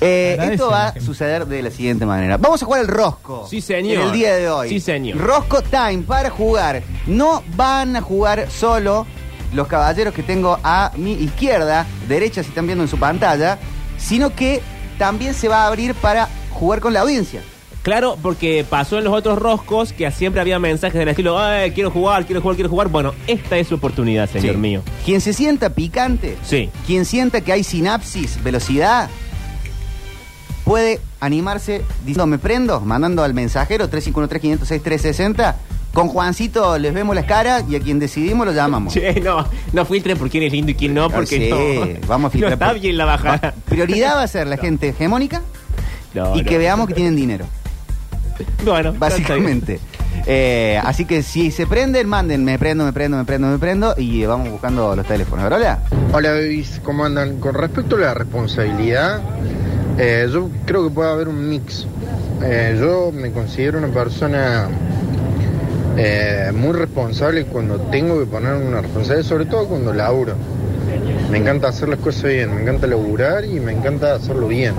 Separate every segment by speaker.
Speaker 1: Eh,
Speaker 2: Agradece
Speaker 1: esto
Speaker 2: a
Speaker 1: va
Speaker 2: la
Speaker 1: a
Speaker 2: gente.
Speaker 1: suceder de la siguiente manera. Vamos a jugar al Rosco.
Speaker 3: Sí, señor.
Speaker 1: En el día de hoy.
Speaker 3: Sí, señor.
Speaker 1: Rosco Time para jugar. No van a jugar solo los caballeros que tengo a mi izquierda, derecha si están viendo en su pantalla, sino que también se va a abrir para jugar con la audiencia.
Speaker 3: Claro, porque pasó en los otros roscos que siempre había mensajes del estilo, "Ay, Eh, quiero jugar, quiero jugar, quiero jugar. Bueno, esta es su oportunidad, señor
Speaker 1: Sí.
Speaker 3: mío.
Speaker 1: Quien se sienta picante,
Speaker 3: Sí.
Speaker 1: quien sienta que hay sinapsis, velocidad, puede animarse diciendo me prendo, mandando al mensajero 351-3506-360. Con Juancito les vemos las caras y a quien decidimos lo llamamos.
Speaker 3: Che, no, no filtren por quién es lindo y quién no, porque
Speaker 1: Ah, Sí,
Speaker 3: no.
Speaker 1: vamos a
Speaker 3: No
Speaker 1: filtrar
Speaker 3: está
Speaker 1: por-
Speaker 3: bien la bajada.
Speaker 1: Va- Prioridad va a ser la gente hegemónica
Speaker 3: No,
Speaker 1: y
Speaker 3: no.
Speaker 1: que veamos que tienen dinero,
Speaker 3: Bueno,
Speaker 1: básicamente. Eh, así que si se prenden, manden, me prendo, me prendo, me prendo, me prendo y eh, vamos buscando los teléfonos. ¿Verdad?
Speaker 4: Hola, babies, ¿cómo andan? Con respecto a la responsabilidad, eh, yo creo que puede haber un mix. Eh, yo me considero una persona eh, muy responsable cuando tengo que poner una responsabilidad, sobre todo cuando laburo. Me encanta hacer las cosas bien, me encanta laburar y me encanta hacerlo bien.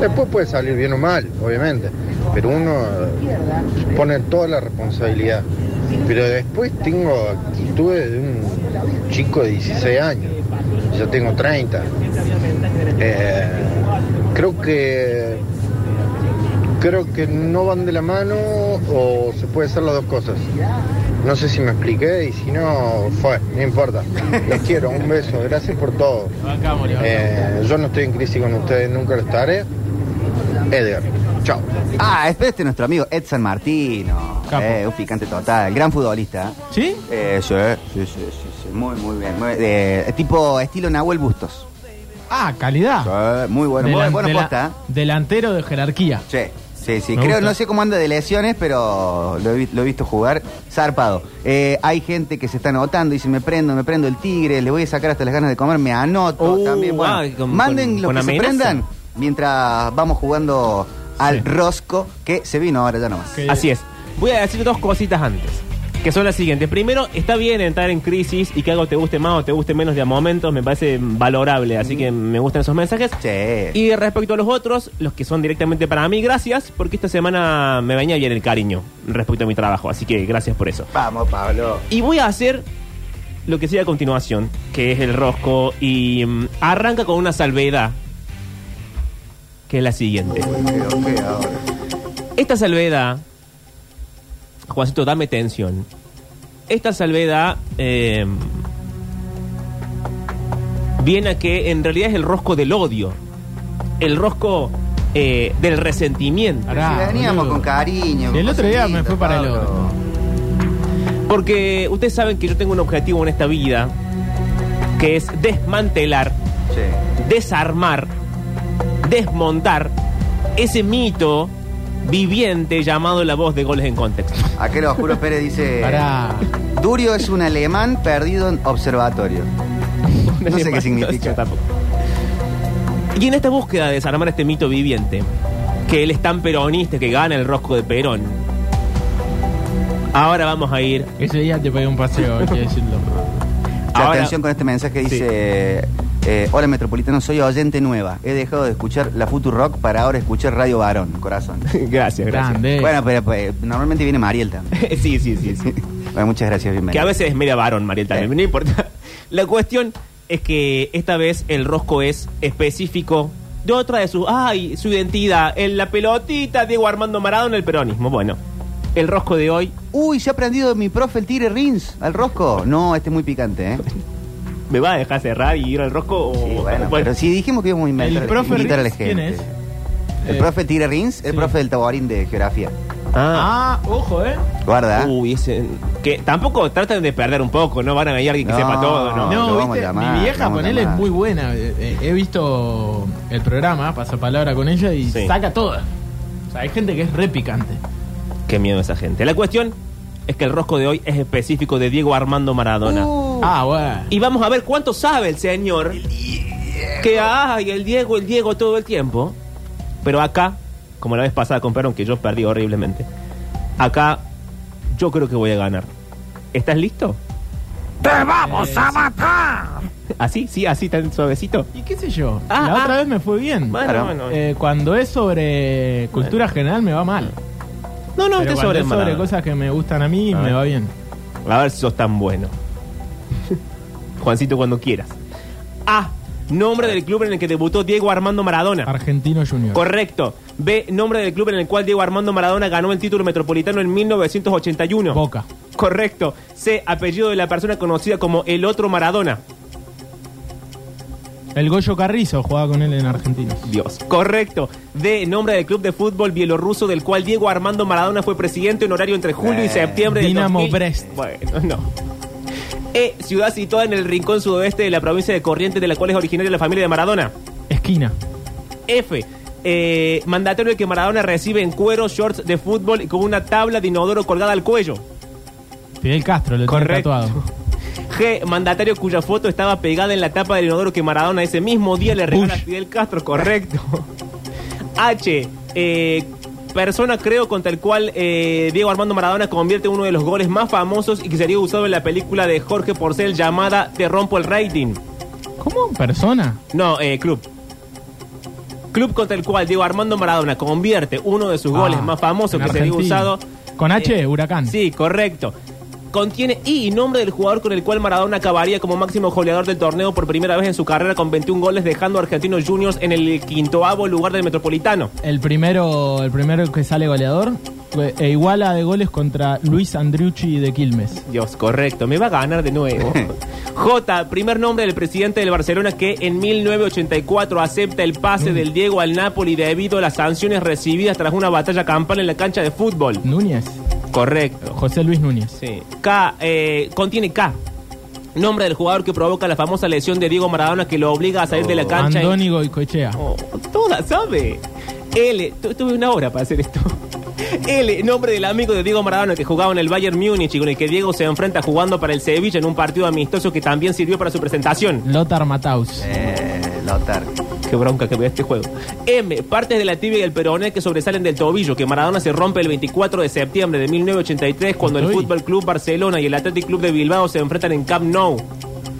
Speaker 4: Después puede salir bien o mal, obviamente, pero uno eh, pone toda la responsabilidad. Pero después tengo actitudes de un chico de 16 años, yo tengo 30. Eh, creo que creo que no van de la mano o se puede hacer las dos cosas. No sé si me expliqué y si no, fue, no importa. Los quiero, un beso, gracias por todo. Eh, yo no estoy en crisis con ustedes, nunca lo estaré. Edgar, chao.
Speaker 1: Ah, este este es nuestro amigo Edson Martino.
Speaker 2: Capo.
Speaker 1: Eh, un picante total, gran futbolista.
Speaker 2: ¿Sí?
Speaker 1: Eh, sí, sí, sí, sí, sí, Muy, muy bien. muy bien. Eh, tipo estilo Nahuel Bustos.
Speaker 2: Ah, calidad.
Speaker 1: Sí, muy bueno. Muy
Speaker 2: Delan-
Speaker 1: bueno
Speaker 2: dela-
Speaker 1: posta. ¿eh?
Speaker 2: Delantero de jerarquía.
Speaker 1: Sí, sí, sí.
Speaker 2: Me
Speaker 1: Creo,
Speaker 2: gusta.
Speaker 1: no sé cómo anda de lesiones, pero lo he, vi- lo he visto jugar zarpado. Eh, hay gente que se está anotando y dice, me prendo, me prendo el tigre, le voy a sacar hasta las ganas de comer, me anoto.
Speaker 3: Uh,
Speaker 1: también, bueno,
Speaker 3: ah, con-
Speaker 1: manden
Speaker 3: con-
Speaker 1: los
Speaker 3: con
Speaker 1: que
Speaker 3: amenaza.
Speaker 1: se prendan mientras vamos jugando al rosco que se vino ahora ya nomás.
Speaker 2: Que-
Speaker 3: Así es. Voy a decir dos cositas antes, que son las siguientes. Primero, está bien entrar en crisis y que algo te guste más o te guste menos de a momentos, me parece valorable, así que me gustan esos mensajes.
Speaker 1: Che.
Speaker 3: Y respecto a los otros, los que son directamente para mí, gracias, porque esta semana me venía bien el cariño respecto a mi trabajo, así que gracias por eso.
Speaker 1: Vamos, Pablo.
Speaker 3: Y voy a hacer lo que sigue a continuación, que es el rosco, y mm, arranca con una salvedad, que es la siguiente. Esta salvedad, Juancito, dame tensión. Esta salvedad eh, viene a que en realidad es el rosco del odio, el rosco eh, del resentimiento.
Speaker 2: Pará,
Speaker 1: si veníamos
Speaker 2: boludo.
Speaker 1: con cariño. con
Speaker 2: El otro día
Speaker 1: cositas,
Speaker 2: me fue para el
Speaker 1: Pablo.
Speaker 2: otro.
Speaker 3: Porque ustedes saben que yo tengo un objetivo en esta vida, que es desmantelar,
Speaker 1: Che.
Speaker 3: desarmar, desmontar ese mito viviente llamado la voz de goles en contexto.
Speaker 1: Aquel oscuro Pérez dice...
Speaker 2: Pará.
Speaker 1: Durio es un alemán perdido en observatorio. No sé qué
Speaker 3: Yo
Speaker 1: significa.
Speaker 3: tampoco. Y en esta búsqueda de desarmar este mito viviente, que él es tan peronista que gana el rosco de Perón, ahora vamos a ir...
Speaker 2: Ese día te pegué un paseo, hay que decirlo.
Speaker 1: O sea,
Speaker 3: ahora-
Speaker 1: atención con este mensaje que dice: eh, Hola Metropolitano, soy oyente nueva. He dejado de escuchar la Futurock para ahora escuchar Radio Varón, corazón.
Speaker 3: gracias, gracias.
Speaker 2: Grande.
Speaker 1: Bueno, pero pues, normalmente viene Mariel también.
Speaker 3: sí, sí, sí, sí.
Speaker 1: Bueno, muchas gracias,
Speaker 3: Que
Speaker 1: bienvenido.
Speaker 3: a veces es media varón, Mariel, también,
Speaker 1: Sí.
Speaker 3: no importa. La cuestión es que esta vez el rosco es específico de otra de sus... ¡Ay! Su identidad, en la pelotita, Diego Armando Maradona, el peronismo. Bueno, el rosco de hoy
Speaker 1: Uy, se ha aprendido mi profe el tigre Rins al rosco. No, este es muy picante, ¿eh?
Speaker 3: me va a dejar cerrar y ir al rosco. o-
Speaker 1: Sí, bueno,
Speaker 3: bueno.
Speaker 1: pero si dijimos que íbamos a inventar,
Speaker 2: El profe
Speaker 1: invitar a la
Speaker 2: Rins, ¿quién
Speaker 1: gente.
Speaker 2: es?
Speaker 1: El
Speaker 2: Eh,
Speaker 1: profe Tigre Rins, el
Speaker 2: sí.
Speaker 1: profe del Taborín de geografía.
Speaker 3: Ah,
Speaker 2: Ah, ojo, ¿eh?
Speaker 1: Guarda. ¿eh?
Speaker 3: Uy, ese, que tampoco tratan de perder un poco, ¿no? Van a venir alguien que
Speaker 1: No.
Speaker 3: sepa todo, ¿no?
Speaker 1: lo
Speaker 2: No,
Speaker 1: vamos a
Speaker 2: viste,
Speaker 1: llamar,
Speaker 2: mi
Speaker 1: lo
Speaker 2: vieja,
Speaker 1: vamos a
Speaker 2: ponele, es
Speaker 1: llamar.
Speaker 2: muy buena. Eh, eh, He visto el programa, pasa palabra con ella y
Speaker 3: Sí.
Speaker 2: saca todas. O sea, hay gente que es re picante.
Speaker 3: Qué miedo esa gente. La cuestión es que el rosco de hoy es específico de Diego Armando Maradona.
Speaker 1: Uh,
Speaker 2: Ah, bueno.
Speaker 3: Y vamos a ver cuánto sabe el señor. Que ay, el Diego, el Diego todo el tiempo. Pero acá, como la vez pasada con Perón, que yo perdí horriblemente. Acá yo creo que voy a ganar. ¿Estás listo? ¿Así? ¿Sí? ¿Así tan suavecito?
Speaker 2: ¿Y qué sé yo?
Speaker 3: Ah,
Speaker 2: la
Speaker 3: ah.
Speaker 2: otra vez me fue bien.
Speaker 3: Bueno,
Speaker 1: Claro.
Speaker 3: bueno.
Speaker 2: Eh, cuando es sobre cultura general me va mal.
Speaker 3: no, no,
Speaker 2: Pero
Speaker 3: este
Speaker 2: cuando
Speaker 3: sobre,
Speaker 2: es sobre
Speaker 3: Maradona.
Speaker 2: cosas que me gustan a mí
Speaker 3: A
Speaker 2: me
Speaker 3: ver.
Speaker 2: va bien.
Speaker 3: A ver si sos tan bueno. Juancito, cuando quieras. A. Nombre del club en el que debutó Diego Armando Maradona.
Speaker 2: Argentino Junior.
Speaker 3: Correcto. B. Nombre del club en el cual Diego Armando Maradona ganó el título metropolitano en 1981.
Speaker 2: Boca.
Speaker 3: Correcto. C. Apellido de la persona conocida como el otro Maradona.
Speaker 2: El Goyo Carrizo jugaba con él en Argentinos.
Speaker 3: Dios. Correcto. D. Nombre del club de fútbol bielorruso del cual Diego Armando Maradona fue presidente en horario entre julio y
Speaker 1: Eh,
Speaker 3: septiembre de
Speaker 2: Dinamo
Speaker 3: 2000.
Speaker 2: Brest.
Speaker 3: Bueno, no. E. Ciudad situada en el rincón sudoeste de la provincia de Corrientes, de la cual es originaria la familia de Maradona.
Speaker 2: Esquina.
Speaker 3: F. Eh, mandatorio que Maradona recibe en cuero, shorts de fútbol y con una tabla de inodoro colgada al cuello.
Speaker 2: Fidel Castro, lo tiene
Speaker 3: Correcto.
Speaker 2: tatuado.
Speaker 3: G. Mandatario cuya foto estaba pegada en la tapa del inodoro que Maradona ese mismo día le regala a
Speaker 2: Bush.
Speaker 3: Fidel Castro. Correcto. H. eh, persona creo contra el cual eh, Diego Armando Maradona convierte uno de los goles más famosos y que sería usado en la película de Jorge Porcel llamada Te rompo el rating.
Speaker 2: ¿Cómo? ¿Persona?
Speaker 3: No, eh, club. Club contra el cual Diego Armando Maradona convierte uno de sus goles
Speaker 2: Ah,
Speaker 3: más famosos
Speaker 2: en
Speaker 3: que sería
Speaker 2: Argentina.
Speaker 3: usado.
Speaker 2: Con H,
Speaker 3: Eh,
Speaker 2: Huracán.
Speaker 3: Sí, correcto. Contiene I, nombre del jugador con el cual Maradona acabaría como máximo goleador del torneo por primera vez en su carrera con 21 goles, dejando a Argentinos Juniors en el quintoavo lugar del Metropolitano.
Speaker 2: El primero, el primero que sale goleador fue- e iguala de goles contra Luis Andriucci de Quilmes.
Speaker 3: Dios, correcto, me va a ganar de nuevo. J, primer nombre del presidente del Barcelona que en 1984 acepta el pase del Diego al Napoli debido a las sanciones recibidas tras una batalla campal en la cancha de fútbol.
Speaker 2: Núñez.
Speaker 3: Correcto.
Speaker 2: José Luis Núñez.
Speaker 3: Sí. K, eh, contiene K. Nombre del jugador que provoca la famosa lesión de Diego Maradona que lo obliga a salir de la cancha. y-
Speaker 2: Andónigo y Cochea.
Speaker 3: Oh, toda sabe. L, tu- tuve una hora para hacer esto. L, nombre del amigo de Diego Maradona que jugaba en el Bayern Múnich y con el que Diego se enfrenta jugando para el Sevilla en un partido amistoso que también sirvió para su presentación.
Speaker 2: Lothar Mataus.
Speaker 1: Eh, Lothar.
Speaker 3: Qué bronca que veo este juego. M, partes de la tibia y el peroné que sobresalen del tobillo que Maradona se rompe el 24 de septiembre de 1983 cuando el
Speaker 2: Uy.
Speaker 3: Fútbol Club Barcelona y el Athletic Club de Bilbao se enfrentan en Camp Nou.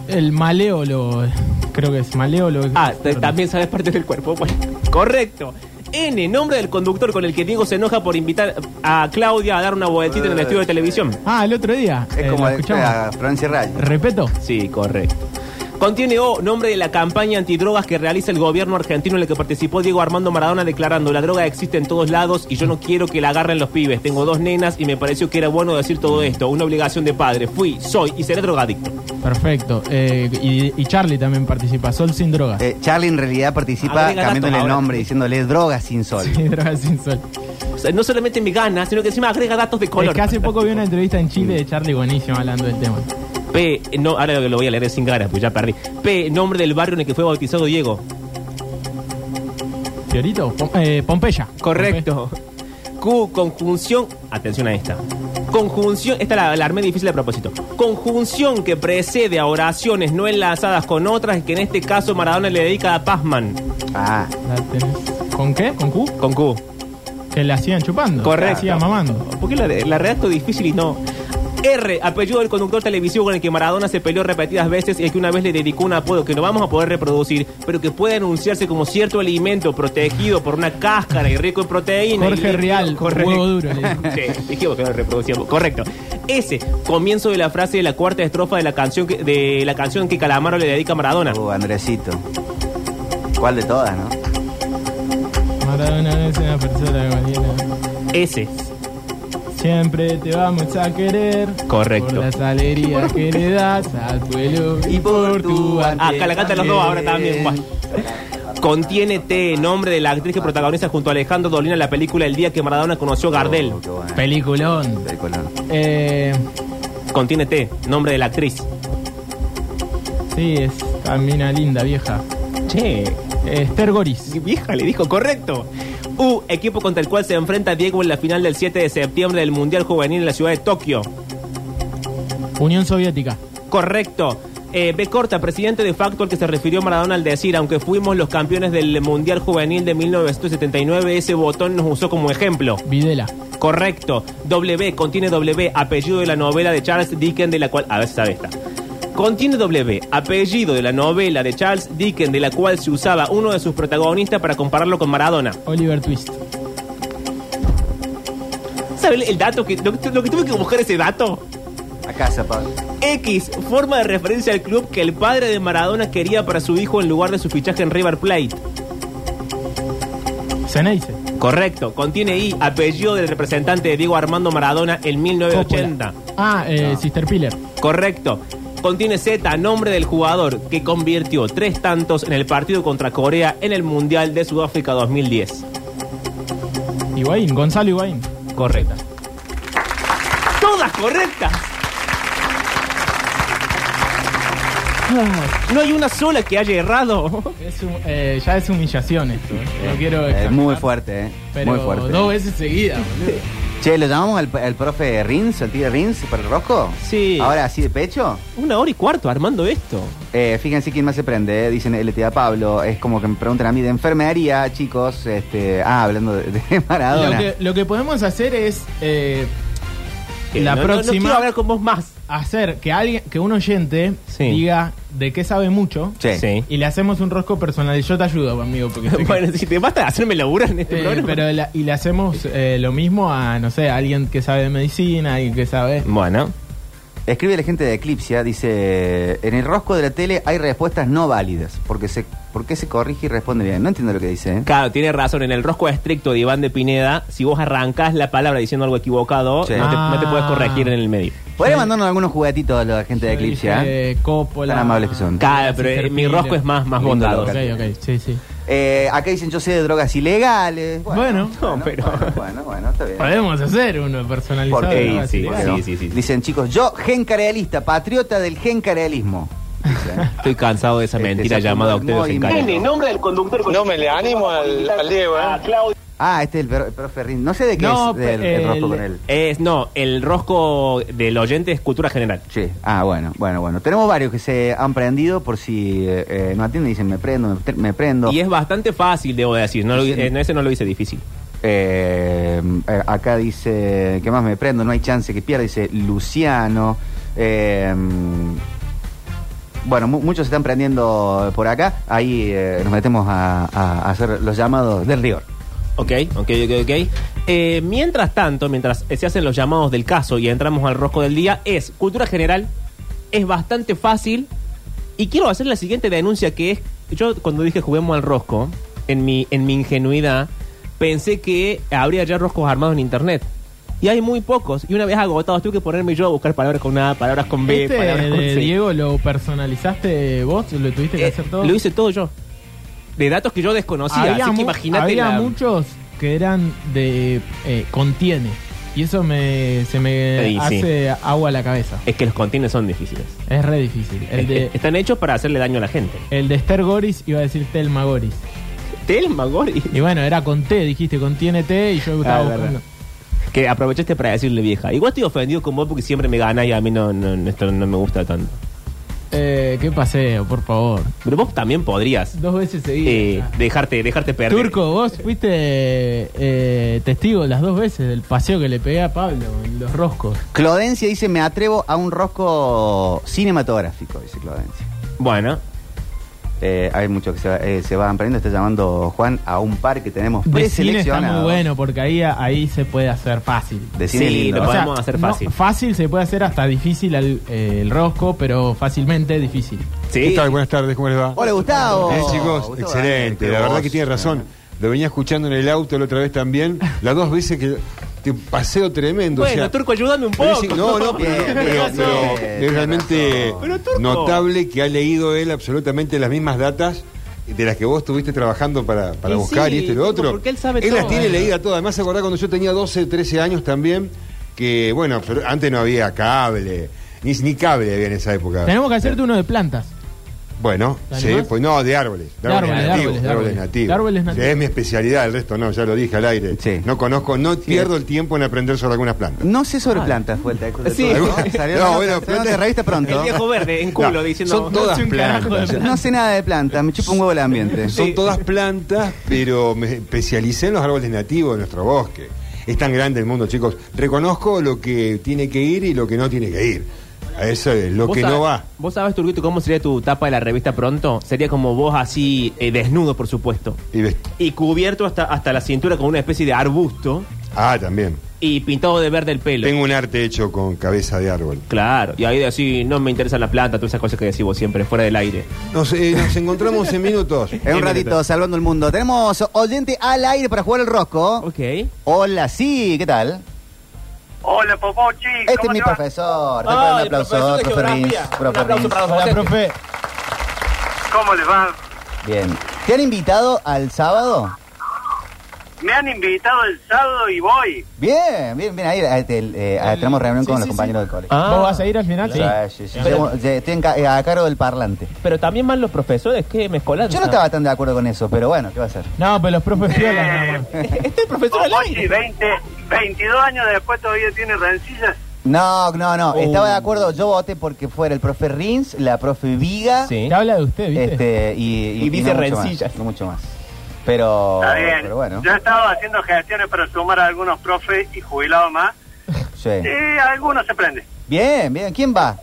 Speaker 2: El Maleolo. Creo que es Maleolo.
Speaker 3: Ah, t- también sabes partes del cuerpo. Bueno, correcto. N, nombre del conductor con el que Diego se enoja por invitar a Claudia a dar una vueltita en el estudio de televisión.
Speaker 2: Ah, el otro día.
Speaker 1: Es
Speaker 2: eh,
Speaker 1: como
Speaker 2: lo
Speaker 1: de-
Speaker 2: escuchamos.
Speaker 1: a Florencia Rayo.
Speaker 2: Repeto.
Speaker 3: Sí, correcto. Contiene O, nombre de la campaña antidrogas que realiza el gobierno argentino en la que participó Diego Armando Maradona declarando la droga existe en todos lados y yo no quiero que la agarren los pibes. Tengo dos nenas y me pareció que era bueno decir todo esto. Una obligación de padre. Fui, soy y seré drogadicto.
Speaker 2: Perfecto. Eh, y, y Charlie también participa. Sol sin drogas.
Speaker 1: Eh, Charlie en realidad participa
Speaker 3: Agrega
Speaker 1: cambiándole
Speaker 3: datos
Speaker 1: el
Speaker 3: ahora.
Speaker 1: nombre, diciéndole drogas sin sol.
Speaker 2: Sí, drogas sin sol.
Speaker 3: O sea, no solamente me gana, sino que encima agrega datos de color.
Speaker 2: Es que hace poco vi una entrevista en Chile de Charlie buenísimo hablando del tema.
Speaker 3: P, no, ahora lo voy a leer sin ganas, pues ya perdí. P, nombre del barrio en el que fue bautizado Diego.
Speaker 2: Fiorito, Pom- eh, Pompeya.
Speaker 3: Correcto. Q, conjunción. Atención a esta. Conjunción, esta la, la armé difícil a propósito. Conjunción que precede a oraciones no enlazadas con otras y que en este caso Maradona le dedica a Pazman.
Speaker 1: Ah,
Speaker 2: Pompe- la tenés. ¿Con qué? ¿Con Q?
Speaker 3: Con Q.
Speaker 2: Que la hacían chupando.
Speaker 3: Correcto.
Speaker 2: La hacían mamando.
Speaker 3: ¿Por qué la, la redacto difícil y no? R, apellido del conductor televisivo con el que Maradona se peleó repetidas veces y el que una vez le dedicó un apodo que no vamos a poder reproducir, pero que puede anunciarse como cierto alimento protegido por una cáscara y rico en proteína.
Speaker 2: Jorge
Speaker 3: Y-
Speaker 2: Rial, huevo duro, le dijo.
Speaker 3: Sí, dijimos que no reproducíamos. Correcto. S, comienzo de la frase de la cuarta estrofa de la canción que, de la canción que Calamaro le dedica a Maradona.
Speaker 1: uh, Andresito. ¿Cuál de todas, no?
Speaker 2: Maradona es una persona cualquiera.
Speaker 3: S,
Speaker 2: Siempre te vamos a querer.
Speaker 3: Correcto.
Speaker 2: Por las alegrías que le das al pueblo.
Speaker 1: Y por tu
Speaker 2: ante-
Speaker 3: Acá la cantan los dos ahora también. Juan.
Speaker 1: Oh,
Speaker 3: Contiene T, nombre de la actriz que protagoniza junto a Alejandro Dolina la película El día que Maradona conoció a Gardel.
Speaker 1: Oh, qué buena.
Speaker 2: Peliculón.
Speaker 1: Peliculón.
Speaker 2: Eh,
Speaker 3: Contiene T, nombre de la actriz.
Speaker 2: sí, es también una linda vieja.
Speaker 3: Che,
Speaker 2: Eh, Esther Goris.
Speaker 3: vieja, le dijo correcto. U, equipo contra el cual se enfrenta Diego en la final del 7 de septiembre del Mundial Juvenil en la ciudad de Tokio.
Speaker 2: Unión Soviética.
Speaker 3: Correcto. Eh, B corta, presidente de facto al que se refirió Maradona al decir, aunque fuimos los campeones del Mundial Juvenil de 1979, ese botón nos usó como ejemplo.
Speaker 2: Videla.
Speaker 3: Correcto. W contiene W, apellido de la novela de Charles Dickens, de la cual. A ver si sabe esta. Contiene W, apellido de la novela de Charles Dickens, de la cual se usaba uno de sus protagonistas para compararlo con Maradona.
Speaker 2: Oliver Twist.
Speaker 3: ¿Sabes el dato? Que, lo, que- lo que tuve que buscar ese dato.
Speaker 1: A casa, Pablo.
Speaker 3: X, forma de referencia al club que el padre de Maradona quería para su hijo en lugar de su fichaje en River Plate.
Speaker 2: Ceneice.
Speaker 3: Correcto, contiene I, apellido del representante de Diego Armando Maradona en 1980.
Speaker 2: Coppola. Ah, eh, Sister Piller.
Speaker 3: Correcto. Contiene Z, nombre del jugador que convirtió tres tantos en el partido contra Corea en el Mundial de Sudáfrica 2010.
Speaker 2: Higuaín, Gonzalo Higuaín.
Speaker 3: Correcta. Todas correctas. No hay una sola que haya errado.
Speaker 2: Es un- eh, ya es humillación esto. eh. No quiero
Speaker 1: Es
Speaker 2: exagerar,
Speaker 1: muy fuerte, ¿eh?
Speaker 2: Pero
Speaker 1: muy fuerte.
Speaker 2: dos veces seguidas, boludo.
Speaker 1: Che, ¿lo llamamos al, al profe Rins, al tío Rins, para el rosco?
Speaker 3: Sí.
Speaker 1: Ahora así de pecho.
Speaker 3: Una hora y cuarto armando esto.
Speaker 1: Eh, fíjense quién más se prende, eh, dicen LTA Pablo. Es como que me preguntan a mí de enfermería, chicos. Este, ah, hablando de, de
Speaker 2: Lo
Speaker 1: Maradona.
Speaker 2: que, lo que podemos hacer es eh, La
Speaker 3: no- no- No,
Speaker 2: próxima-
Speaker 3: quiero hablar con vos más.
Speaker 2: hacer que alguien, que un oyente
Speaker 3: Sí.
Speaker 2: diga de qué sabe mucho
Speaker 1: Sí.
Speaker 3: Sí.
Speaker 2: y le hacemos un rosco personal. Yo te ayudo, amigo, porque sé que-
Speaker 3: Bueno, si te basta de hacerme laburar en este
Speaker 2: Eh,
Speaker 3: programa.
Speaker 2: pero la- y le hacemos eh, lo mismo a, no sé, a alguien que sabe de medicina, alguien que sabe.
Speaker 3: Bueno.
Speaker 1: Escribe la gente de Eclipsia, dice, en el rosco de la tele hay respuestas no válidas, porque se, porque se corrige y responde bien. No entiendo lo que dice, ¿eh?
Speaker 3: Claro, tiene razón. En el rosco estricto de Iván de Pineda, si vos arrancás la palabra diciendo algo equivocado,
Speaker 1: Sí.
Speaker 3: no, te, no te
Speaker 2: Ah.
Speaker 3: puedes corregir en el medio.
Speaker 1: Podría mandarnos algunos juguetitos a la gente de
Speaker 2: Yo
Speaker 3: ¿ah?
Speaker 1: Eclipsia. ¿eh?
Speaker 2: dije Coppola.
Speaker 1: Tan amables que son.
Speaker 3: Claro, pero, eh, mi rosco es más- más
Speaker 2: Lindo,
Speaker 1: bondadoso.
Speaker 2: Ok, ok, sí, sí.
Speaker 1: Eh, acá dicen, yo sé de drogas ilegales. Bueno,
Speaker 2: Bueno.
Speaker 3: No, pero-
Speaker 1: Bueno, bueno, bueno, está bien.
Speaker 2: Podemos hacer uno personalizado.
Speaker 1: Porque-
Speaker 2: ¿no?
Speaker 3: Ey, sí,
Speaker 2: Así, Ah,
Speaker 1: ¿Por qué
Speaker 2: bueno.
Speaker 1: no?
Speaker 3: sí, sí, sí.
Speaker 1: Dicen, chicos, yo gencarealista, patriota del gencarealismo. Dicen.
Speaker 3: Estoy cansado de esa
Speaker 1: Este,
Speaker 3: mentira
Speaker 1: se
Speaker 3: llamada a
Speaker 1: acumuló el
Speaker 3: ustedes en
Speaker 1: movimiento.
Speaker 3: cariño.
Speaker 5: nombre del conductor. No me le animo al, al Diego, ¿eh?
Speaker 1: Ah, este es el, per- el profe Rin. No sé de qué
Speaker 2: No,
Speaker 1: es del-
Speaker 2: pe-
Speaker 1: el rosco
Speaker 2: el-
Speaker 1: con él.
Speaker 3: Es, no, el rosco del oyente es cultura general.
Speaker 1: Sí. Ah, bueno, bueno, bueno. Tenemos varios que se han prendido por si eh, eh, no atienden. Dicen, me prendo, me, pre- me prendo.
Speaker 3: Y es bastante fácil, debo decir. No lo-
Speaker 1: Sí.
Speaker 3: eh, no, ese no lo hice difícil.
Speaker 1: Eh, eh, acá dice, ¿qué más me prendo? No hay chance que pierda. Dice Luciano. Eh, bueno, mu- muchos están prendiendo por acá. Ahí eh, nos metemos a, a hacer los llamados del rigor.
Speaker 3: Ok, ok, ok, ok. Eh, mientras tanto, mientras eh, se hacen los llamados del caso y entramos al rosco del día, es cultura general, es bastante fácil. Y quiero hacer la siguiente denuncia que es, yo cuando dije juguemos al rosco, en mi, en mi ingenuidad, pensé que habría ya roscos armados en internet. Y hay muy pocos. Y una vez agotados, tuve que ponerme yo a buscar palabras con A, palabras con B,
Speaker 2: Este
Speaker 3: palabras con
Speaker 2: de
Speaker 3: C.
Speaker 2: Diego lo personalizaste vos, lo tuviste que
Speaker 3: Eh,
Speaker 2: hacer todo.
Speaker 3: Lo hice todo yo. De datos que yo desconocía. así
Speaker 2: mu-
Speaker 3: que imagínate
Speaker 2: había
Speaker 3: la-
Speaker 2: muchos que eran de eh, contiene y eso me se me
Speaker 3: Sí, sí.
Speaker 2: hace agua a la cabeza.
Speaker 3: Es que los contiene son difíciles.
Speaker 2: Es re difícil. El de
Speaker 3: Están hechos para hacerle daño a la gente.
Speaker 2: el de Esther Goris iba a decir Telma Goris.
Speaker 3: Telma Gori.
Speaker 2: Y bueno, era con T, dijiste contiene T y
Speaker 3: Ah,
Speaker 2: yo estaba
Speaker 3: es
Speaker 2: buscando.
Speaker 3: verdad. Que aprovechaste para decirle vieja. Igual estoy ofendido con vos porque siempre me gana y a mí no, no, no, esto no me gusta tanto.
Speaker 2: Eh, qué paseo, por favor.
Speaker 3: Pero vos también podrías
Speaker 2: Dos veces
Speaker 3: eh,
Speaker 2: seguidas.
Speaker 3: dejarte, dejarte perder.
Speaker 2: Turco, vos fuiste eh, testigo las dos veces del paseo que le pegué a Pablo en los roscos.
Speaker 1: Clodencia dice, me atrevo a un rosco cinematográfico, dice Clodencia.
Speaker 3: Bueno,
Speaker 1: Eh, hay muchos que se, va- eh, se van prendiendo. Está llamando Juan a un par que tenemos
Speaker 2: De cine está
Speaker 1: preseleccionado.
Speaker 2: muy bueno porque ahí, ahí se puede hacer fácil.
Speaker 1: De cine
Speaker 3: Sí,
Speaker 1: lindo.
Speaker 3: lo
Speaker 1: O sea,
Speaker 3: podemos hacer
Speaker 2: no,
Speaker 3: fácil.
Speaker 2: fácil se puede hacer hasta difícil al- eh, el rosco, pero fácilmente difícil.
Speaker 6: ¿Qué
Speaker 3: sí.
Speaker 6: tal? Buenas tardes, ¿cómo les va?
Speaker 1: Hola, Gustavo.
Speaker 6: Eh, chicos,
Speaker 1: Gustavo,
Speaker 6: excelente.
Speaker 1: qué
Speaker 6: La verdad
Speaker 1: voz.
Speaker 6: que tiene razón. Lo venía escuchando en el auto la otra vez también. Las dos veces que. que paseo tremendo. o
Speaker 3: Bueno,
Speaker 6: sea,
Speaker 3: Turco, ayúdame un
Speaker 6: pero
Speaker 3: poco.
Speaker 6: sí, no, no, pero,
Speaker 1: Bien,
Speaker 6: pero-
Speaker 1: bien,
Speaker 6: pero
Speaker 1: bien,
Speaker 6: es
Speaker 1: tenés
Speaker 6: realmente
Speaker 1: razón.
Speaker 3: Pero, Turco.
Speaker 6: notable que ha leído él absolutamente las mismas datas de las que vos estuviste trabajando para, para
Speaker 3: Y
Speaker 6: buscar
Speaker 3: sí,
Speaker 6: y esto y lo
Speaker 3: Turco,
Speaker 6: otro.
Speaker 3: porque él sabe
Speaker 6: las
Speaker 3: todo,
Speaker 6: tiene
Speaker 3: eh.
Speaker 6: leídas todas. Además, se acordá cuando yo tenía 12, 13 años también, que bueno, absolu- antes no había cable, ni, ni cable había en esa época.
Speaker 2: Tenemos que hacerte uno de plantas.
Speaker 6: Bueno,
Speaker 2: ¿Te
Speaker 6: sí,
Speaker 2: animás?
Speaker 6: pues no, de árboles. De
Speaker 2: De
Speaker 6: árboles,
Speaker 2: árboles, de
Speaker 6: nativos.
Speaker 2: árboles, de
Speaker 6: de árboles
Speaker 2: árboles.
Speaker 6: nativos.
Speaker 2: De árboles
Speaker 6: Sí,
Speaker 2: nativos.
Speaker 6: Es mi especialidad, el resto no, ya lo dije al aire.
Speaker 1: Sí.
Speaker 6: No conozco, no pierdo el tiempo en aprender sobre algunas plantas.
Speaker 1: No sé
Speaker 2: Ah.
Speaker 1: sobre plantas, fue el texto de
Speaker 3: Sí.
Speaker 1: todo,
Speaker 6: No,
Speaker 1: Salió la
Speaker 6: bueno,
Speaker 1: nota- salió
Speaker 6: plantas-
Speaker 1: de revista
Speaker 3: El
Speaker 1: pronto.
Speaker 3: viejo verde en culo
Speaker 6: No,
Speaker 3: diciendo.
Speaker 6: son todas
Speaker 2: un carajo de
Speaker 6: plantas.
Speaker 1: No sé nada de plantas, me chupa un huevo el ambiente.
Speaker 6: Son todas plantas, pero me especialicé en los árboles nativos de nuestro bosque. Es tan grande el mundo, chicos. Reconozco lo que tiene que ir y lo que no tiene que ir. Eso es lo
Speaker 3: ¿Vos
Speaker 6: que
Speaker 3: sabés-
Speaker 6: no va.
Speaker 3: ¿Vos sabés, Turguito, cómo sería tu tapa de la revista pronto? Sería como vos así, eh, desnudo, por supuesto.
Speaker 6: Y ves-
Speaker 3: Y cubierto hasta, hasta la cintura con una especie de arbusto
Speaker 6: Ah, también.
Speaker 3: y pintado de verde el pelo.
Speaker 6: Tengo un arte hecho con cabeza de árbol.
Speaker 3: Claro, y ahí decís, no me interesa la plata, todas esas cosas que decís vos siempre, fuera del aire.
Speaker 6: Nos, eh, nos encontramos en minutos.
Speaker 1: En un ratito, salvando el mundo. Tenemos oyente al aire para jugar el rosco.
Speaker 3: Ok.
Speaker 1: Hola, sí, ¿qué tal?
Speaker 5: Hola, Popochi.
Speaker 1: Este es mi profesor. Te
Speaker 3: Ay,
Speaker 1: un aplauso,
Speaker 3: profesor de
Speaker 1: profe Rins,
Speaker 3: geografía.
Speaker 1: profe
Speaker 3: Un aplauso
Speaker 1: Rins.
Speaker 3: para los
Speaker 2: Hola,
Speaker 3: docentes.
Speaker 2: profe.
Speaker 5: ¿Cómo les va?
Speaker 1: Bien. ¿Te han invitado al sábado?
Speaker 5: Me han invitado el sábado y voy.
Speaker 1: Bien, bien, bien. Ahí, ahí te- eh, ah, tenemos reunión con los compañeros del colegio.
Speaker 3: Ah.
Speaker 2: ¿Vos vas a ir al final?
Speaker 1: Sí, sí, sí. Yo- yo Estoy en ca- eh, a cargo del parlante.
Speaker 3: Pero también van los profesores, que me
Speaker 1: Yo no estaba tan de acuerdo con eso, pero bueno, ¿qué va a hacer?
Speaker 2: No, pero los profes piolas nada más.
Speaker 3: Este profesor al
Speaker 5: Popochi,
Speaker 3: aire.
Speaker 5: 20, 22 años después todavía tiene rencillas.
Speaker 1: No, no,
Speaker 3: Uh.
Speaker 1: no. Estaba de acuerdo. Yo voté porque fuera el profe Rins, la profe Viga.
Speaker 3: Sí.
Speaker 2: Te habla de usted, ¿viste?
Speaker 1: Este, y,
Speaker 3: Y dice
Speaker 1: no mucho más,
Speaker 3: rencillas.
Speaker 1: no mucho más. Pero,
Speaker 5: Está bien.
Speaker 1: Oh, pero bueno,
Speaker 5: Yo he estado haciendo gestiones para sumar a algunos profes y jubilados más.
Speaker 1: sí.
Speaker 5: Y algunos se prende.
Speaker 1: Bien, bien. ¿Quién va?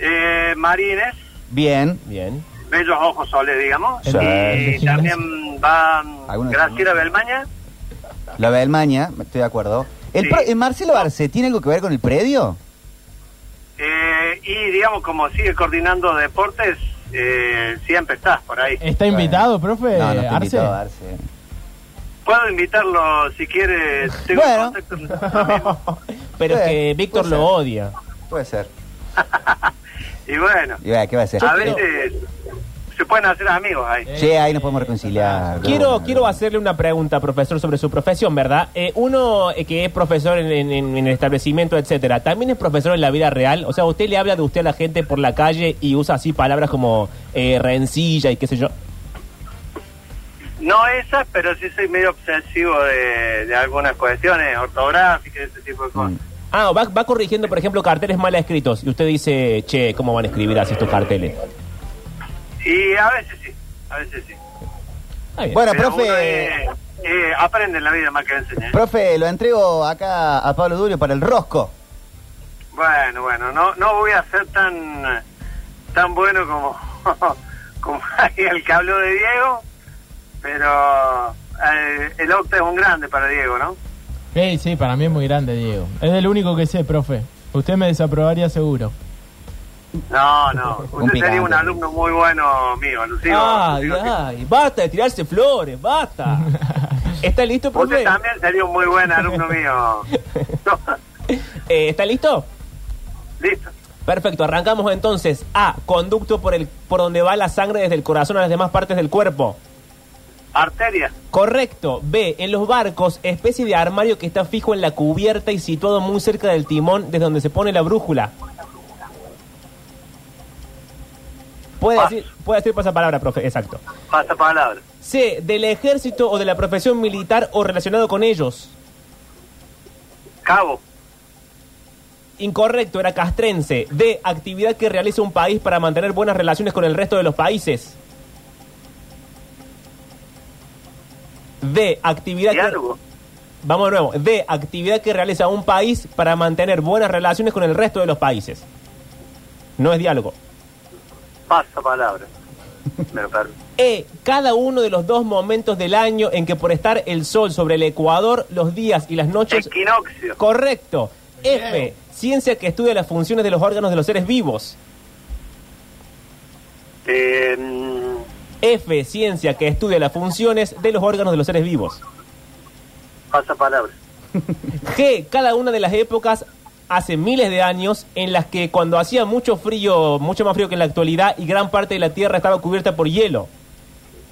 Speaker 5: Eh, Marines,
Speaker 1: Bien.
Speaker 3: Bien.
Speaker 5: bellos ojos soles, digamos.
Speaker 1: Sí.
Speaker 5: Y también va mm,
Speaker 1: Algunos
Speaker 5: Graciela Belmaña.
Speaker 1: La Belmaña, estoy de acuerdo. El
Speaker 5: Sí.
Speaker 1: pro- eh, Marcelo Arce, ¿tiene algo que ver con el predio?
Speaker 5: Eh, y digamos, como sigue coordinando deportes, eh, siempre estás por ahí.
Speaker 2: ¿Está invitado,
Speaker 3: Eh,
Speaker 2: profe?
Speaker 1: No, no está
Speaker 2: Arce?
Speaker 1: invitado Arce.
Speaker 5: Puedo invitarlo si quiere. Tengo
Speaker 1: Bueno.
Speaker 5: contacto en nuestro amigo.
Speaker 3: Pero es
Speaker 1: Sí,
Speaker 3: que Víctor
Speaker 1: puede ser.
Speaker 3: lo odia.
Speaker 1: Puede ser.
Speaker 5: Y bueno,
Speaker 1: Y vea, ¿qué va a ser?
Speaker 5: a eh, veces se pueden hacer amigos ahí.
Speaker 1: Che, ahí nos podemos
Speaker 5: eh,
Speaker 1: reconciliar. Mm.
Speaker 3: Quiero,
Speaker 1: Bueno,
Speaker 3: quiero
Speaker 1: bueno.
Speaker 3: hacerle una pregunta, profesor, sobre su profesión, ¿verdad? Eh, uno eh, que es profesor en, en- en- en el establecimiento, etcétera, también es profesor en la vida real. O sea, usted le habla de usted a la gente por la calle y usa así palabras como eh, rencilla y qué sé yo.
Speaker 5: No esas, pero sí soy medio obsesivo de, de algunas cuestiones ortográficas, ese tipo de cosas.
Speaker 1: Mm.
Speaker 3: Ah, va, va corrigiendo, por ejemplo, carteles mal escritos. Y usted dice, che, ¿cómo van a escribir así estos carteles?
Speaker 5: Y a veces sí, a veces sí.
Speaker 3: Está bien.
Speaker 1: Bueno,
Speaker 5: Pero uno,
Speaker 1: profe,
Speaker 5: eh, eh, aprende en la vida más que enseñar.
Speaker 1: profe, lo entrego acá a Pablo Durio para el rosco.
Speaker 5: Bueno, bueno, no, no voy a ser tan tan bueno como, como el que habló de Diego, pero eh, el octa es un grande para Diego, ¿no?
Speaker 2: Sí, sí, para mí es muy grande, Diego. Es el único que sé, profe. Usted me desaprobaría seguro.
Speaker 5: No, no,
Speaker 1: Un Ah,
Speaker 5: usted
Speaker 1: picante.
Speaker 5: sería un alumno muy bueno mío, Lucido.
Speaker 3: Ay,
Speaker 5: Lucido, sí.
Speaker 3: Ah, ay, basta de tirarse flores, basta. ¿Está listo,
Speaker 5: Usted
Speaker 3: profe?
Speaker 5: también sería un muy buen alumno mío.
Speaker 3: Eh, ¿Está listo?
Speaker 5: Listo.
Speaker 3: Perfecto, arrancamos entonces. A, conducto por, el, por donde va la sangre desde el corazón a las demás partes del cuerpo.
Speaker 5: Arteria.
Speaker 3: Correcto. B, en los barcos, especie de armario que está fijo en la cubierta y situado muy cerca del timón desde donde se pone la brújula. Puede
Speaker 5: Paso.
Speaker 3: decir, puede decir pasapalabra, profe, exacto.
Speaker 5: Pasa palabra.
Speaker 3: C, del ejército o de la profesión militar o relacionado con ellos.
Speaker 5: Cabo.
Speaker 3: Incorrecto, era castrense. D, actividad que realiza un país para mantener buenas relaciones con el resto de los países. D, actividad que...
Speaker 5: Diálogo.
Speaker 3: Vamos de nuevo. D, actividad que realiza un país para mantener buenas relaciones con el resto de los países. No es diálogo.
Speaker 5: Pasa palabra. Me lo perdí.
Speaker 3: E, cada uno de los dos momentos del año en que por estar el sol sobre el ecuador, los días y las noches...
Speaker 5: Equinoccio.
Speaker 3: Correcto. F, ciencia que estudia las funciones de los órganos de los seres vivos.
Speaker 5: Eh, mm,
Speaker 3: F, ciencia que estudia las funciones de los órganos de los seres vivos.
Speaker 5: pasa palabra.
Speaker 3: G, cada una de las épocas hace miles de años en las que cuando hacía mucho frío, mucho más frío que en la actualidad y gran parte de la Tierra estaba cubierta por hielo.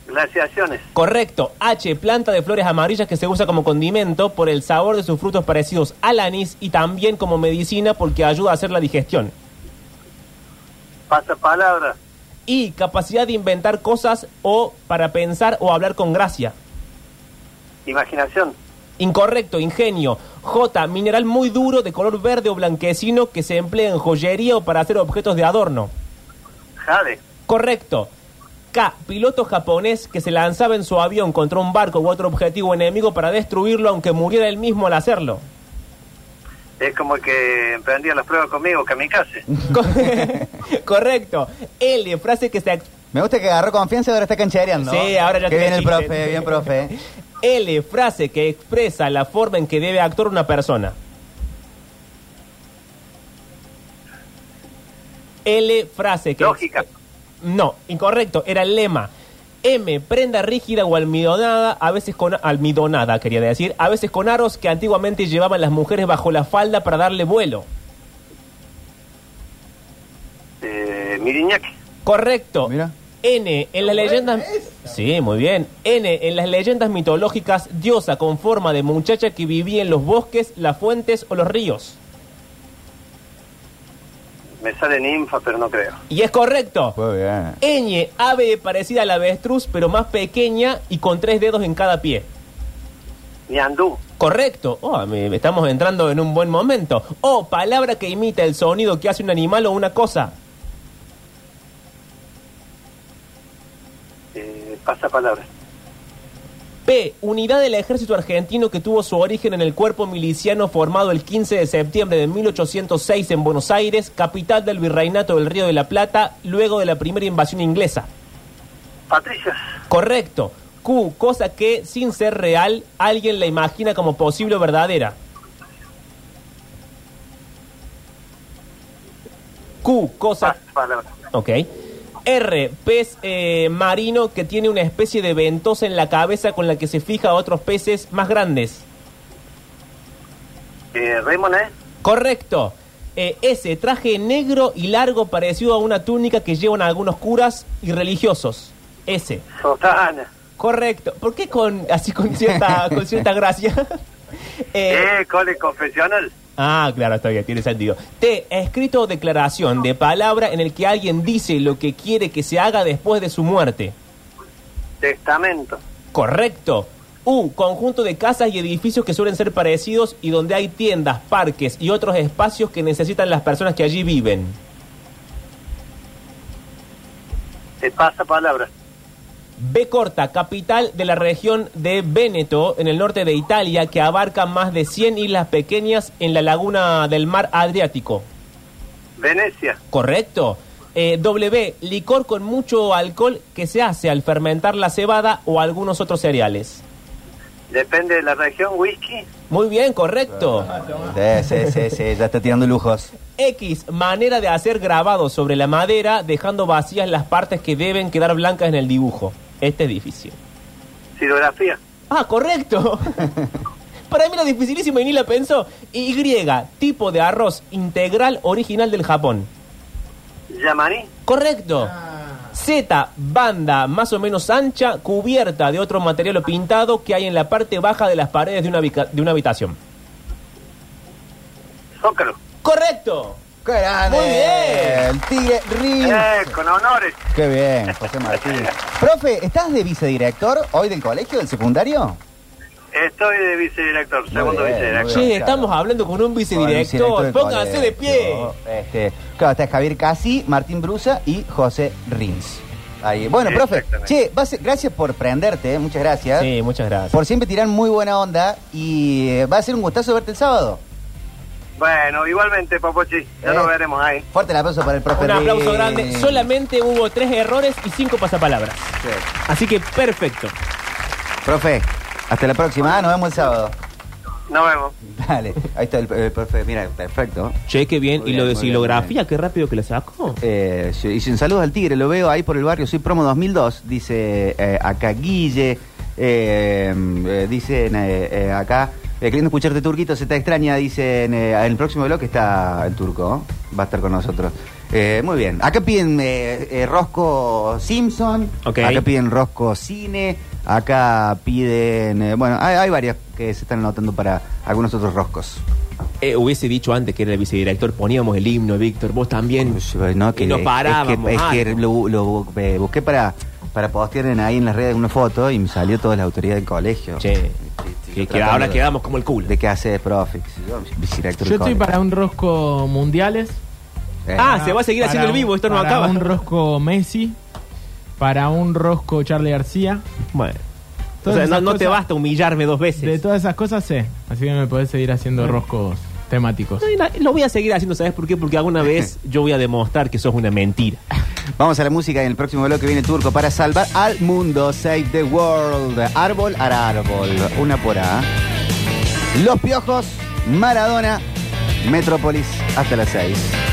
Speaker 5: Glaciaciones.
Speaker 3: Correcto. H, planta de flores amarillas que se usa como condimento por el sabor de sus frutos parecidos al anís y también como medicina porque ayuda a hacer la digestión.
Speaker 5: Pasa palabra.
Speaker 3: Y capacidad de inventar cosas o para pensar o hablar con gracia.
Speaker 5: Imaginación.
Speaker 3: Incorrecto, ingenio. J, mineral muy duro de color verde o blanquecino que se emplea en joyería o para hacer objetos de adorno.
Speaker 5: Jade.
Speaker 3: Correcto. K, piloto japonés que se lanzaba en su avión contra un barco u otro objetivo enemigo para destruirlo aunque muriera él mismo al hacerlo.
Speaker 5: es como el que emprendía las pruebas conmigo, que a mi casa.
Speaker 3: Co- Correcto. L, frase que se ex-
Speaker 1: Me gusta que agarró confianza y ahora está canchereando.
Speaker 3: Sí, ahora ya
Speaker 1: Que
Speaker 3: tiene
Speaker 1: bien el
Speaker 3: chiste.
Speaker 1: profe, bien profe.
Speaker 3: L, frase que expresa la forma en que debe actuar una persona. L, frase que...
Speaker 5: Lógica.
Speaker 3: No, incorrecto, era el lema. M, prenda rígida o almidonada, a veces con almidonada, quería decir, a veces con aros que antiguamente llevaban las mujeres bajo la falda para darle vuelo.
Speaker 5: Eh, Miriñaki.
Speaker 3: Correcto.
Speaker 1: Mira.
Speaker 3: N, en las leyendas... Sí, muy bien. N, en las leyendas mitológicas, diosa con forma de muchacha que vivía en los bosques, las fuentes o los ríos.
Speaker 5: Me sale ninfa, pero no creo.
Speaker 3: Y es correcto.
Speaker 1: Muy bien.
Speaker 3: Ñ, ave parecida al avestruz, pero más pequeña y con tres dedos en cada pie.
Speaker 5: Ñandú.
Speaker 3: Correcto. Oh, me- estamos entrando en un buen momento. O, palabra que imita el sonido que hace un animal o una cosa.
Speaker 5: Eh, pasa palabra.
Speaker 3: P. Unidad del ejército argentino que tuvo su origen en el cuerpo miliciano formado el 15 de septiembre de 1806 en Buenos Aires, capital del virreinato del Río de la Plata, luego de la primera invasión inglesa.
Speaker 5: Patricia.
Speaker 3: Correcto. Q. Cosa que, sin ser real, alguien la imagina como posible o verdadera. Q. Cosa...
Speaker 5: Pasa palabra.
Speaker 3: Ok. R, pez eh, marino que tiene una especie de ventosa en la cabeza con la que se fija a otros peces más grandes.
Speaker 5: Eh, Raymond, ¿eh?
Speaker 3: Correcto. Eh, S, traje negro y largo parecido a una túnica que llevan algunos curas y religiosos. S.
Speaker 5: Sotana.
Speaker 3: Correcto. ¿Por qué con así con cierta, con cierta gracia? Eh,
Speaker 5: Eh, cole confesional.
Speaker 3: Ah, claro, está bien, tiene sentido. T, escrito o declaración de palabra en el que alguien dice lo que quiere que se haga después de su muerte.
Speaker 5: Testamento.
Speaker 3: Correcto. U, conjunto de casas y edificios que suelen ser parecidos y donde hay tiendas, parques y otros espacios que necesitan las personas que allí viven.
Speaker 5: Eh, pasa palabra.
Speaker 3: B corta, capital de la región de Véneto, en el norte de Italia, que abarca más de 100 islas pequeñas en la laguna del mar Adriático.
Speaker 5: Venecia.
Speaker 3: Correcto. Eh, w, licor con mucho alcohol que se hace al fermentar la cebada o algunos otros cereales.
Speaker 5: Depende de la región. Whisky.
Speaker 3: Muy bien, correcto.
Speaker 1: Sí, sí, sí, sí, ya está tirando lujos.
Speaker 3: X, manera de hacer grabados sobre la madera, dejando vacías las partes que deben quedar blancas en el dibujo. Este es difícil.
Speaker 5: Sidografía.
Speaker 3: Ah, correcto. Para mí era dificilísimo y ni la pensó. Y, tipo de arroz integral original del Japón.
Speaker 5: Yamaní.
Speaker 3: Correcto.
Speaker 1: Ah.
Speaker 3: Z, banda más o menos ancha, cubierta de otro material o pintado que hay en la parte baja de las paredes de una, habica- de una habitación.
Speaker 5: Zócalo.
Speaker 3: Correcto.
Speaker 1: ¡Qué grande!
Speaker 3: Muy bien.
Speaker 1: El tigre Rin.
Speaker 5: Eh, con honores.
Speaker 1: ¡Qué bien, José Martín! Profe, ¿estás de vicedirector hoy del colegio, del secundario?
Speaker 5: Estoy de vicedirector. Segundo
Speaker 1: bien,
Speaker 5: vicedirector.
Speaker 1: muy
Speaker 3: Che,
Speaker 1: bien,
Speaker 3: estamos
Speaker 1: claro.
Speaker 3: hablando con un
Speaker 1: Con el vicedirector
Speaker 3: vicedirector.
Speaker 1: del
Speaker 3: Pónganse de pie.
Speaker 1: colegio. Este, claro, está Javier Casi, Martín Brusa y José Rins. Ahí. Bueno, profe,
Speaker 5: Exactamente.
Speaker 1: che, va a ser- gracias por prenderte, eh, muchas gracias.
Speaker 3: Sí, muchas gracias.
Speaker 1: Por siempre tirar muy buena onda y eh, va a ser un gustazo verte el sábado.
Speaker 5: Bueno, igualmente, Papochi. Ya
Speaker 1: Eh.
Speaker 5: nos veremos ahí.
Speaker 1: Fuerte el aplauso para el profe
Speaker 3: Un aplauso
Speaker 1: Rins.
Speaker 3: grande. Solamente hubo tres errores y cinco pasapalabras.
Speaker 1: Sí.
Speaker 3: Así que perfecto.
Speaker 1: Profe, hasta la próxima, ah, nos vemos el sábado.
Speaker 5: Nos vemos.
Speaker 1: Dale, ahí está el, el profe, mira, perfecto.
Speaker 3: Che, qué bien.
Speaker 1: Muy
Speaker 3: y lo
Speaker 1: bien, muy
Speaker 3: de
Speaker 1: bien, muy
Speaker 3: silografía, qué rápido que la sacó.
Speaker 1: Eh, sí, y sin saludos al tigre, lo veo ahí por el barrio, soy promo 2002, dice eh, acá Guille, eh, eh, dicen eh, eh, acá, eh, queriendo escucharte turquito, se te extraña, dicen, eh, en el próximo bloque está el turco, ¿no? va a estar con nosotros. Eh, muy bien, acá piden eh, eh, Rosco Simpson,
Speaker 3: Ok.
Speaker 1: acá piden Rosco Cine, acá piden, eh, bueno, hay, hay varias que se están anotando para algunos otros Roscos.
Speaker 3: Eh, hubiese dicho antes que era el vicedirector, poníamos el himno, Víctor, vos también.
Speaker 1: No, que
Speaker 3: y nos
Speaker 1: es-
Speaker 3: parábamos.
Speaker 1: Es que, es que
Speaker 3: Ah,
Speaker 1: lo, lo bu- eh, busqué para, para postear en, ahí en las redes una foto y me salió todas las autoridades del colegio.
Speaker 3: Che,
Speaker 1: Sí, sí,
Speaker 3: que- que
Speaker 1: tratando
Speaker 3: ahora
Speaker 1: de-
Speaker 3: quedamos como el culo.
Speaker 1: ¿De qué hace profe? qué sé yo, vicedirector del
Speaker 2: Yo estoy
Speaker 1: colegio.
Speaker 2: para un rosco mundiales.
Speaker 1: Eh,
Speaker 3: Ah, se va a seguir
Speaker 2: Para
Speaker 3: haciendo el
Speaker 2: un-
Speaker 3: vivo, esto no
Speaker 2: para
Speaker 3: acaba.
Speaker 2: un rosco Messi, para un rosco Charlie García.
Speaker 3: Bueno. O
Speaker 2: Todas
Speaker 3: sea, no,
Speaker 2: esas
Speaker 3: no te
Speaker 2: cosas-
Speaker 3: basta humillarme dos
Speaker 2: De
Speaker 3: veces.
Speaker 2: todas esas cosas sé, así que me podés seguir haciendo roscos temáticos.
Speaker 3: No hay na- Lo voy a seguir haciendo, ¿sabes por qué? Porque alguna vez yo voy a demostrar que sos una mentira.
Speaker 1: Vamos a la música y en el próximo bloque viene Turco para salvar al mundo. Save the world. Árbol al árbol. Una por A. Los Piojos, Maradona, Metrópolis. Hasta las 6.